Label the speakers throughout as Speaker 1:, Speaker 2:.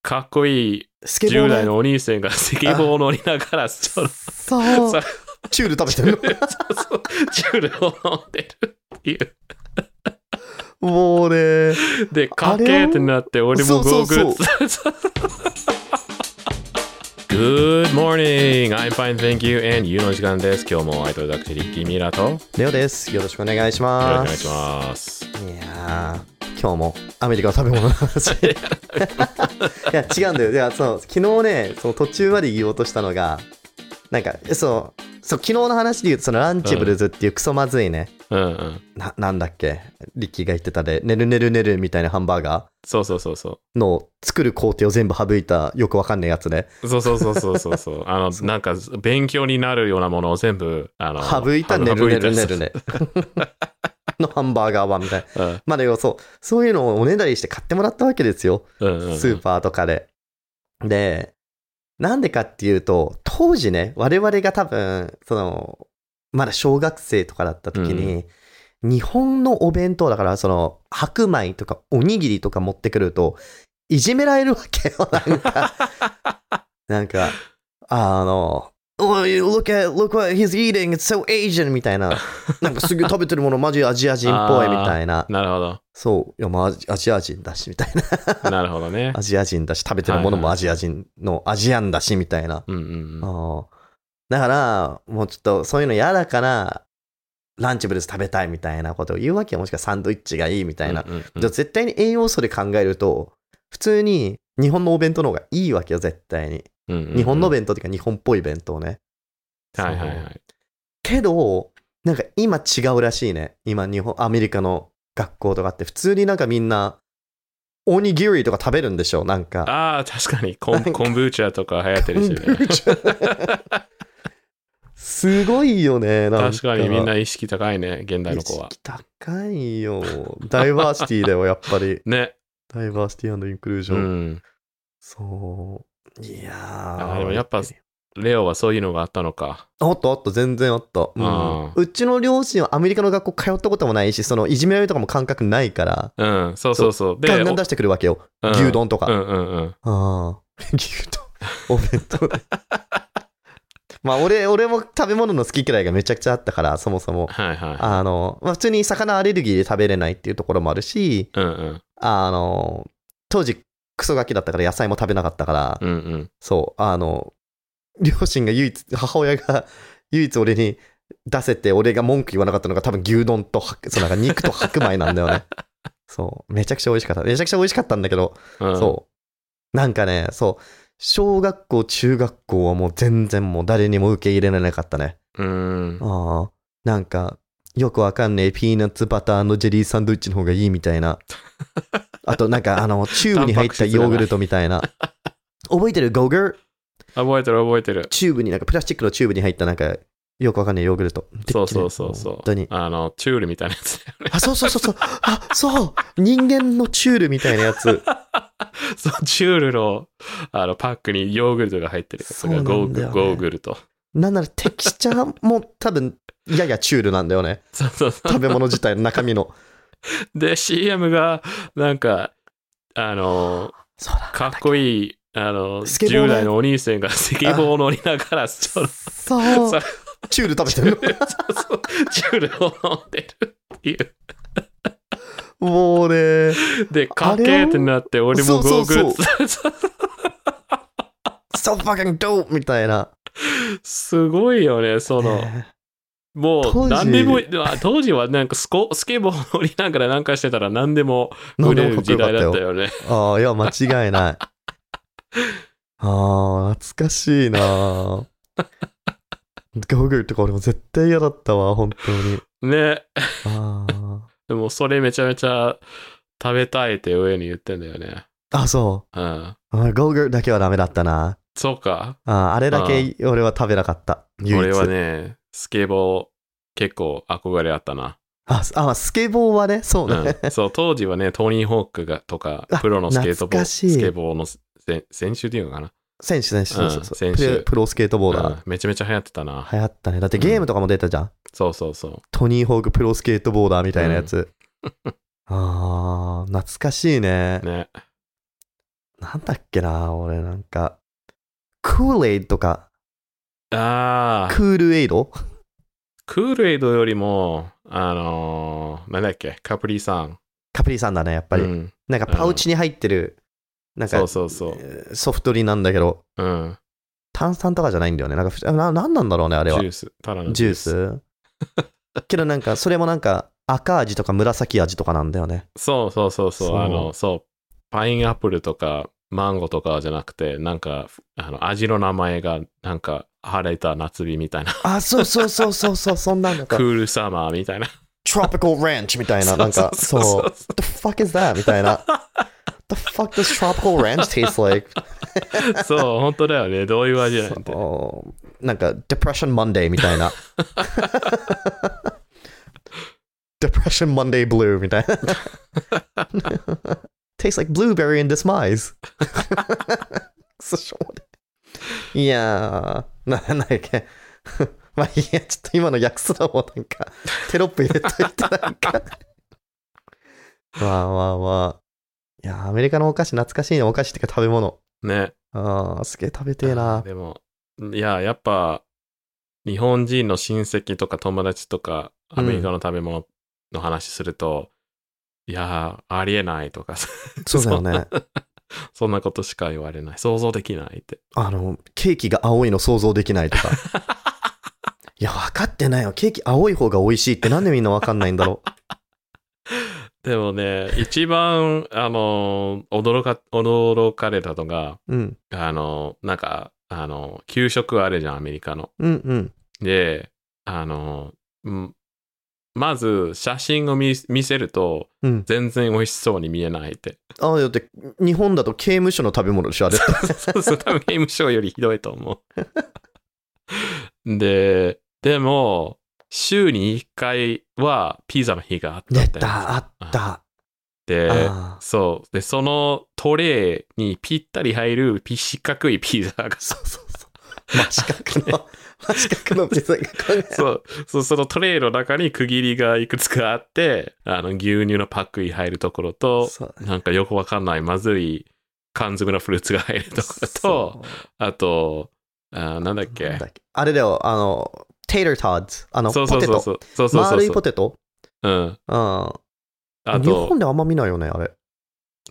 Speaker 1: かっこいい
Speaker 2: スケボー
Speaker 1: 10
Speaker 2: の
Speaker 1: 代のお兄さんがスケボー乗りながら、ちょっと、
Speaker 2: そう
Speaker 1: さ
Speaker 2: チュール食べ てる
Speaker 1: そうチュールを飲んでるっていう。
Speaker 2: のもうね
Speaker 1: で、かっけーってなって、俺も
Speaker 2: そ
Speaker 1: ゴ
Speaker 2: う
Speaker 1: ー
Speaker 2: そ
Speaker 1: グ
Speaker 2: う
Speaker 1: ル
Speaker 2: そう
Speaker 1: Good morning! I'm fine, thank you, and you の時間です。今日もアイドルダクテリッキーミラと、よろし
Speaker 2: レオですよろしくお願いし
Speaker 1: くお
Speaker 2: ま
Speaker 1: 願い
Speaker 2: す
Speaker 1: します。
Speaker 2: いやー今日もアメリカの食べ物の話いや違うんだよいやその昨日ねその途中まで言おうとしたのがなんかそうそう昨日の話で言うとそのランチブルズっていうクソまずいね、
Speaker 1: うんうん。
Speaker 2: ななんだっけリッキーが言ってたで「ねるねるねる」みたいなハンバーガ
Speaker 1: そうそうそうそ
Speaker 2: ーの作る工程を全部省いたよくわかんないやつね
Speaker 1: う。そうそうそうそうそう そう。あの、なんか、勉強になるようなものを全部、あの、
Speaker 2: 省いた「ねるねるねる
Speaker 1: ね。
Speaker 2: ね」 のハンバーガーはみたいな
Speaker 1: うん
Speaker 2: まあでもそうそういうのをおねだりして買ってもらったわけですよ
Speaker 1: うんうんうん。
Speaker 2: スーパーとかで。で、なんでかっていうと、当時ね、我々が多分、その、まだ小学生とかだった時に、日本のお弁当だから、その、白米とかおにぎりとか持ってくると、いじめられるわけよ、なん か。なんか、あの、おい、look at, look what he's eating, it's so Asian みたいな。なんかすぐ食べてるものマジアジア人っぽいみ たいな。
Speaker 1: なるほど。
Speaker 2: そう、いや、まあアジアジア人だし、みたいな。
Speaker 1: なるほどね
Speaker 2: ア。ジア人だし、食べてるものもアジア人のアジアンだし、みたいな。
Speaker 1: うんうんうん。
Speaker 2: うんだから、もうちょっとそういうの嫌だから、ランチブルス食べたいみたいなことを言うわけよ。もしくはサンドイッチがいいみたいな。
Speaker 1: うんうんうん
Speaker 2: じゃあ絶対に栄養素で考えると、普通に日本のお弁当の方がいいわけよ、絶対に。
Speaker 1: うんうんうん
Speaker 2: 日本の弁当っていうか日本っぽい弁当ね。
Speaker 1: はいはいは
Speaker 2: そう
Speaker 1: い。
Speaker 2: けど、なんか今違うらしいね。今日本、アメリカの学校とかって普通になんかみんな、おにぎりとか食べるんでしょなんか。
Speaker 1: ああ、確 かにコ
Speaker 2: なん
Speaker 1: ン、
Speaker 2: か
Speaker 1: コンブーチャとか流行って るし
Speaker 2: コンブ
Speaker 1: ね。
Speaker 2: ーチャ すごいよね、なんか。
Speaker 1: 確かにみんな意識高いね、現代の子は。
Speaker 2: 意。識高いよ。ダイバーシティだよ、やっぱり
Speaker 1: ね。
Speaker 2: ダイバーシティインクルージ
Speaker 1: う
Speaker 2: ョン。
Speaker 1: ん。
Speaker 2: そう。いやー
Speaker 1: あでもやっぱレオはそういうのがあったのか。
Speaker 2: あったあった、全然あった。うん
Speaker 1: あー
Speaker 2: うちの両親はアメリカの学校通ったこともないし、そのいじめられるとかも感覚ないから、
Speaker 1: うん、そうそうそう。
Speaker 2: ガンガン出してくるわけよ。
Speaker 1: おうん
Speaker 2: 牛丼とか。
Speaker 1: うんうんうん。
Speaker 2: ああ、 牛丼、お弁 当で。まあ、俺、俺も食べ物の好き嫌いがめちゃくちゃあったから、そもそも。
Speaker 1: はいは
Speaker 2: あの、まあ、普通に魚アレルギーで食べれないっていうところもあるし、
Speaker 1: い。うんうん。
Speaker 2: あの、当時、クソガキだったから野菜も食べなかったから、
Speaker 1: うんうん。
Speaker 2: そう、あの、両親が唯一、母親が 唯一俺に出せて、俺が文句言わなかったのが多分牛丼と白、そうなんか肉と白米なんだよ ね。そう、めちゃくちゃ美味しかった。めちゃくちゃ美味しかったんだけど、
Speaker 1: うん
Speaker 2: そう。なんかね、そう。小学校、中学校はもう全然もう誰にも受け入れられなかったね。
Speaker 1: う。うん。
Speaker 2: ああ。なんか、よくわかんねえピーナッツバターのジェリーサンドイッチの方がいいみた いな。あとなんかあの、チューブに入ったヨーグルトみたいな。覚えてるゴーグル
Speaker 1: 覚えてる覚えてる。
Speaker 2: チューブになんかプラスチックのチューブに入ったなんか、よくわかんねえヨーグルト。
Speaker 1: そうそうそうそう。
Speaker 2: 本当に。
Speaker 1: あの、チュールみたいなやつ だよね。
Speaker 2: あ、そうそうそうそう。あ、そう人間のチュールみたいなやつ。
Speaker 1: そう、チュールのあのパックにヨーグルトが入ってるやつが
Speaker 2: そう
Speaker 1: ゴ
Speaker 2: なんだよ
Speaker 1: ー
Speaker 2: ね
Speaker 1: ゴーグルト。
Speaker 2: なんならテキスチャーも多分、ややチュールなんだよね。
Speaker 1: そうそうそう。
Speaker 2: 食べ物自体の中 身の。
Speaker 1: で CM がなんかあの
Speaker 2: そうだ。
Speaker 1: かっこいいあの
Speaker 2: スケボーの
Speaker 1: 10代のお兄さんがスケボー乗りながらちょっ
Speaker 2: そう
Speaker 1: さ。
Speaker 2: チュール食べてる。
Speaker 1: とそうそうチュールを飲んでるっていう
Speaker 2: もうね、
Speaker 1: でかっけーってなって俺もゴーグル
Speaker 2: そう so fucking dope! みたいな。
Speaker 1: すごいよねその
Speaker 2: ね
Speaker 1: も
Speaker 2: 当
Speaker 1: う
Speaker 2: 時
Speaker 1: 何でもあ当時はなんかスコスケボー乗りながらなんかしてたら何でも売れる時代だった。よね
Speaker 2: ああ、いや、間違い ない。ああ、懐かしいなゴーグルとか俺も絶対嫌だったわ、本当に。
Speaker 1: ね
Speaker 2: あ
Speaker 1: でもそれめちゃめちゃ食べたいって上に言ってんだよね
Speaker 2: あ。あ、そ
Speaker 1: うん
Speaker 2: う。あーゴーグルだけはダメだったな。
Speaker 1: そうか
Speaker 2: あーあれだけ俺は食べなかった。唯一
Speaker 1: 俺はね、スケボー結構憧れあったな。
Speaker 2: あ、すあまあスケボーはね、そうね。
Speaker 1: うん、そう、当時はね、トニー・ホークがとか
Speaker 2: あ、
Speaker 1: プロのスケートボー
Speaker 2: 懐か
Speaker 1: ド、
Speaker 2: しい
Speaker 1: スケボーのせ選手っていうのかな、
Speaker 2: 選手、選手、そうそうそう
Speaker 1: うん選手
Speaker 2: プロプロスケートボーダー、
Speaker 1: うんめちゃめちゃ流行ってたな。
Speaker 2: 流行ったね。だってゲームとかも出たじゃん。
Speaker 1: そうそうそう。
Speaker 2: トニー・ホークプロスケートボーダーみたい なやつ。ああ、懐かしいね。
Speaker 1: ね。
Speaker 2: なんだっけな、俺なんか、クールエイドとか、
Speaker 1: ああ、
Speaker 2: クールエイド
Speaker 1: クールエイドよりも、あのーなんだっけ、カプリさん。
Speaker 2: カプリさんだね、やっぱり。
Speaker 1: うん、
Speaker 2: なんかパウチに入ってる、なん
Speaker 1: そ
Speaker 2: か
Speaker 1: うそうそう。
Speaker 2: ソフトリーなんだけど、
Speaker 1: うん。
Speaker 2: 炭酸とかじゃないんだよね。なんかふ、ななんなんだろうね、あれ
Speaker 1: ジ
Speaker 2: は
Speaker 1: ュ。ース。ただの
Speaker 2: ジュースけどなんか、それもなんか、赤味とか紫味とかなんだよね。
Speaker 1: そうそうそうそう
Speaker 2: そう
Speaker 1: あのそうパインアップルとかマンゴーとかじゃなくてなんかあの味の名前がなんか晴れた夏日みたいな
Speaker 2: あ、 そうそうそうそうそう、そんなんなん
Speaker 1: ク
Speaker 2: か、
Speaker 1: ールサマーみたいな
Speaker 2: tropical ranch みたいな、なんか、そう。What
Speaker 1: そ
Speaker 2: the fuck is that? みたいな。The fuck does tropical ranch taste like?
Speaker 1: うそう本当だよねどういう味なんて
Speaker 2: そうなんか、Depression Monday みたいな。Depression Monday Blue みたいな。Tastes like blueberry and demise. くそしょうもねえいやー、な、なんだっけ。 まあいいや、ちょっと今の訳すのもなんか、テロップ入れといてなんか。 わあわあわあ。いやー、アメリカのお菓子懐かしいね。お菓子ってか食べ物。
Speaker 1: ね
Speaker 2: ああ、すげえ食べてえな。
Speaker 1: でもいややっぱ日本人の親戚とか友達とか
Speaker 2: うん
Speaker 1: アメリカの食べ物の話すると、いやーありえないとか
Speaker 2: そうだよね。
Speaker 1: そんなことしか言われない想像できないって
Speaker 2: あの、ケーキが青いの想像できな いとか。いや、分かってないよ。ケーキ青い方が美味しいってなんでみんな分かんないんだろう。
Speaker 1: でもね、一番、あの、驚か、驚かれたのが、
Speaker 2: うん、
Speaker 1: あの、なんか、あの、給食あるじゃん、アメリカの。
Speaker 2: うん、うん。
Speaker 1: で、あの、うんまず、写真を見見せると、
Speaker 2: うん、
Speaker 1: 全然美味しそうに見えない って。
Speaker 2: ああ、だって、日本だと刑務所の食べ物でしょ、あれ。
Speaker 1: そうそう、多分刑務所よりひどいと思う。で、でも、週に1回はピザの日があった
Speaker 2: 出
Speaker 1: って。
Speaker 2: た、あった。
Speaker 1: で、
Speaker 2: あー
Speaker 1: そう。で、そのトレイにぴったり入るピ四角いピザが、
Speaker 2: そうそうそう。真四角の、真四角のピザが考え
Speaker 1: そう、そうそのトレイの中に区切りがいくつかあって、あの、牛乳のパックに入るところと、
Speaker 2: そう
Speaker 1: なんかよくわかんないまずい缶詰のフルーツが入るところと、あと、あーなんだっ
Speaker 2: な
Speaker 1: け
Speaker 2: んだっけあれだよ、あの、テイタートッズ。あの、
Speaker 1: そう
Speaker 2: ポ
Speaker 1: そう
Speaker 2: テ
Speaker 1: そう
Speaker 2: ト。
Speaker 1: そう。そうそうそう
Speaker 2: 丸い
Speaker 1: そ
Speaker 2: ポ
Speaker 1: う。
Speaker 2: テト。
Speaker 1: うん。
Speaker 2: うん。
Speaker 1: あ
Speaker 2: 日本
Speaker 1: と、
Speaker 2: であんま見ないよね、あれ。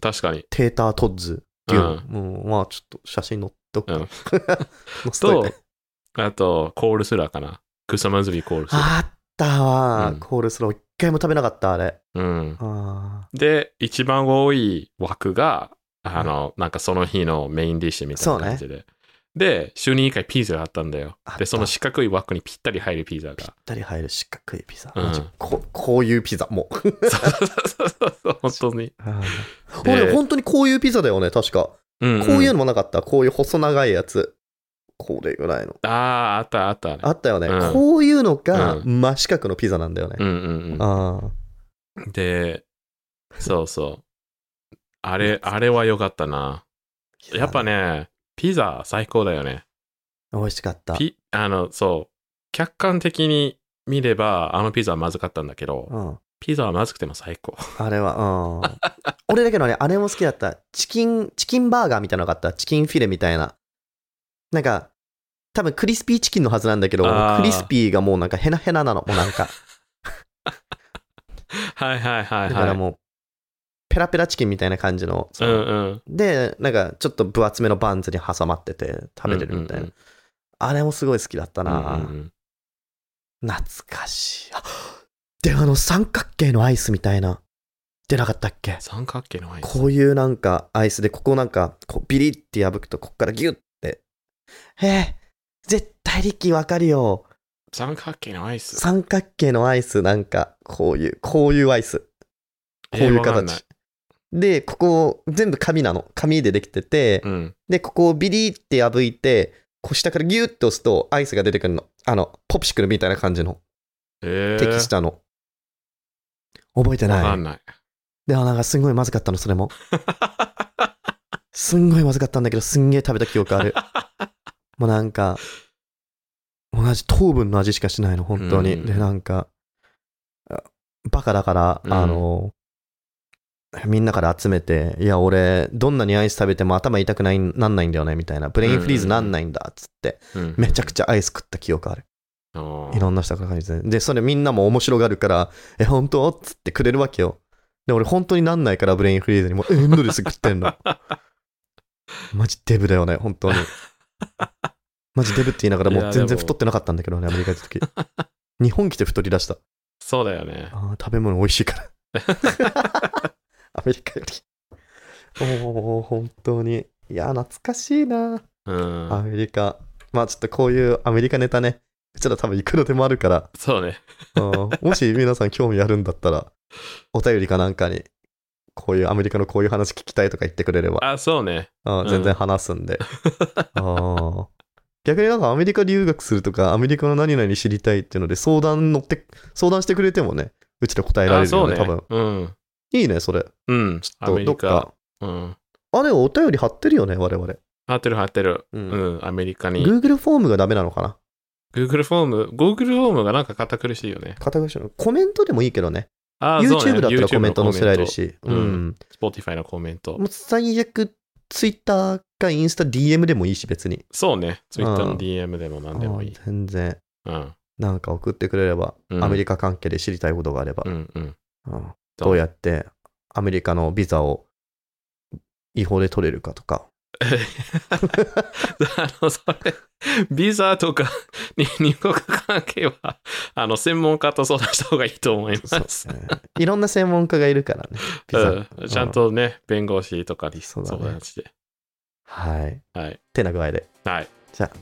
Speaker 1: 確かに。
Speaker 2: テータートッズっていうの、うんまあちょっと写真載っとく、
Speaker 1: うん
Speaker 2: 載せといて
Speaker 1: あと、コールスラーかな。草まずびコールスラー。
Speaker 2: あったわ、
Speaker 1: うん
Speaker 2: コールスロー一回も食べなかったあれ
Speaker 1: うん。
Speaker 2: あ
Speaker 1: で、一番多い枠が、あの、なんかその日のメインディッシュみたいな感じで。で、週に1回ピザがあったんだよ
Speaker 2: あっ。た
Speaker 1: で、その四角い枠にぴったり入るピザ
Speaker 2: ぴっ
Speaker 1: が。
Speaker 2: たり入る四角いピザ、
Speaker 1: うん
Speaker 2: マジここういうピザ もう
Speaker 1: そうそうそうそう、本当に。で
Speaker 2: 俺本当にこういうピザだよね確か
Speaker 1: うん
Speaker 2: こういう
Speaker 1: の
Speaker 2: のもなかったこういう細長いやつこれぐらいの
Speaker 1: ああ、あったあったね。
Speaker 2: あったよね、
Speaker 1: うん
Speaker 2: こういうのが
Speaker 1: う
Speaker 2: 真四角のピザなんだよね、
Speaker 1: うんうん
Speaker 2: ああ
Speaker 1: うん。で、そうそう。あれ、あれは良かったな。やっぱね、ピザ最高だよね。
Speaker 2: 美味しかった
Speaker 1: ピ、あの、そう。客観的に見れば、あのピザはまずかったんだけど、
Speaker 2: うん
Speaker 1: ピザはまずくても最高。
Speaker 2: あれは、うん。俺だけどね、あれも好きだった。チキン、チキンバーガーみたいなのがあった。チキンフィレみたいな。なんか、多分クリスピーチキンのはずなんだけど、
Speaker 1: あー
Speaker 2: クリスピーがもうなんかヘナヘナなの。もうな んか。
Speaker 1: はいはいはいは
Speaker 2: だ
Speaker 1: い。
Speaker 2: からもう、ペラペラチキンみたいな感じの。その
Speaker 1: うんうん。
Speaker 2: で、なんかちょっと分厚めのバンズに挟まってて食べれるみたいな。
Speaker 1: うんうん
Speaker 2: あれもすごい好きだったな。
Speaker 1: うんうんうん
Speaker 2: 懐かしい。あで、あの三角形のアイスみたいな。出なかったっけ
Speaker 1: 三角形のアイス。
Speaker 2: こういうなんかアイスで、ここなんか、こうビリって破くと、こっからギュって。えー、絶対リッキーわかるよ。
Speaker 1: 三角形のアイス。
Speaker 2: 三角形のアイスなんか、こういう、こういうアイス。こうい
Speaker 1: えー
Speaker 2: う
Speaker 1: わかんない
Speaker 2: 形。で、ここ、全部紙なの。紙でできてて、
Speaker 1: うん。
Speaker 2: で、ここをビリって破いて、こう下からギュって押すと、アイスが出てくるの。あの、ポプシクルみたいな感じの、
Speaker 1: えー、
Speaker 2: テキスタの。覚えて
Speaker 1: わ
Speaker 2: な
Speaker 1: か
Speaker 2: い
Speaker 1: ん。ない。
Speaker 2: でもなんかすんごいまずかったの、それも。すんごいまずかったんだけど、すんげえ食べた記憶ある。もうなんか、同じ糖分の味しかしないの、本当に。
Speaker 1: うん
Speaker 2: で、なんか、あバカだから、
Speaker 1: うん
Speaker 2: あの、みんなから集めて、いや、俺、どんなにアイス食べても頭痛くない、なんないんだよね、みたいな。ブレインフリーズなんないんだ、つって。
Speaker 1: うん
Speaker 2: めちゃくちゃアイス食った記憶ある。
Speaker 1: あー
Speaker 2: いろんな人から借りて。で、それみんなも面白がるから、え、本当っつってくれるわけよ。で、俺本当になんないから、ブレインフリーズにもう、えエンドレス食ってんの。 マジデブだよね、本 当に。マジデブって言いながら、
Speaker 1: い
Speaker 2: も
Speaker 1: や
Speaker 2: う全
Speaker 1: で
Speaker 2: 然
Speaker 1: も
Speaker 2: 太ってなかったんだけどね、アメリカ行っ た時。日本来て太り出した。
Speaker 1: そうだよね。
Speaker 2: あー食べ物美味し いから。アメリカより。おお本当に。いや、懐かしいな。
Speaker 1: うん。
Speaker 2: アメリカ。まあちょっとこういうアメリカネタね、うちら多分いくらでもあるから、
Speaker 1: そうね。
Speaker 2: うんもし皆さん興味あるんだったら、お便りかなんかに、こういうアメリカのこういう話聞きたいとか言ってくれれば、
Speaker 1: あ、そうね。
Speaker 2: うん全然話すんで。うん逆になんかアメリカ留学するとか、アメリカの何々知りたいっていうので、相談乗って、相談してくれてもね、うちら答え
Speaker 1: あ、
Speaker 2: られるよ
Speaker 1: そう
Speaker 2: ね、
Speaker 1: ね。
Speaker 2: 多分。
Speaker 1: うん。
Speaker 2: いいね、それ。
Speaker 1: うん。
Speaker 2: ちょっ
Speaker 1: アメ
Speaker 2: と、ど
Speaker 1: リ
Speaker 2: っか
Speaker 1: カ。。うん。
Speaker 2: あ、でもお便り貼ってるよね、我々。
Speaker 1: 合ってる合ってる。
Speaker 2: う。
Speaker 1: うんん。アメリカに。
Speaker 2: Google フォームがダメなのかな
Speaker 1: Google フォーム、Google フォームがなんか堅苦しいよね。
Speaker 2: 片しの。コメントでもいいけどね。
Speaker 1: あー、そうね
Speaker 2: YouTube だったらコメント載せられる。し。
Speaker 1: のコメント
Speaker 2: う
Speaker 1: うん YouTube のコメント Spotify のコメント
Speaker 2: も。う最悪、ツイッターかインスタ DM でもいいし、別に。
Speaker 1: そうね。Twitter の DM でも何でもいい。
Speaker 2: あー全然、
Speaker 1: うん。
Speaker 2: なんか送ってくれれば、
Speaker 1: うん
Speaker 2: アメリカ関係で知りたいことがあれば、
Speaker 1: うんうん。
Speaker 2: うんどうやってアメリカのビザを違法で取れるかと か。
Speaker 1: あの、それ、ビザとかに入国関係は、あの、専門家と相談した方がいいと思い
Speaker 2: そ
Speaker 1: ま
Speaker 2: うですす。ね。いろんな専門家がいるからね。ビザ
Speaker 1: うん、ちゃん。
Speaker 2: う
Speaker 1: とね、弁護士とかに
Speaker 2: そう
Speaker 1: 相
Speaker 2: だね
Speaker 1: 談して。
Speaker 2: はい。
Speaker 1: はい。
Speaker 2: てな具合で。
Speaker 1: はい。
Speaker 2: じゃあ、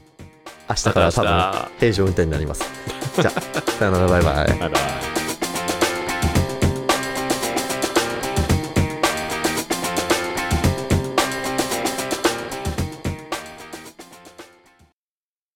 Speaker 2: 明日から多分
Speaker 1: また
Speaker 2: 平常運転になります。じゃあ、さよなら、バイバイ。
Speaker 1: 明日バイバイ。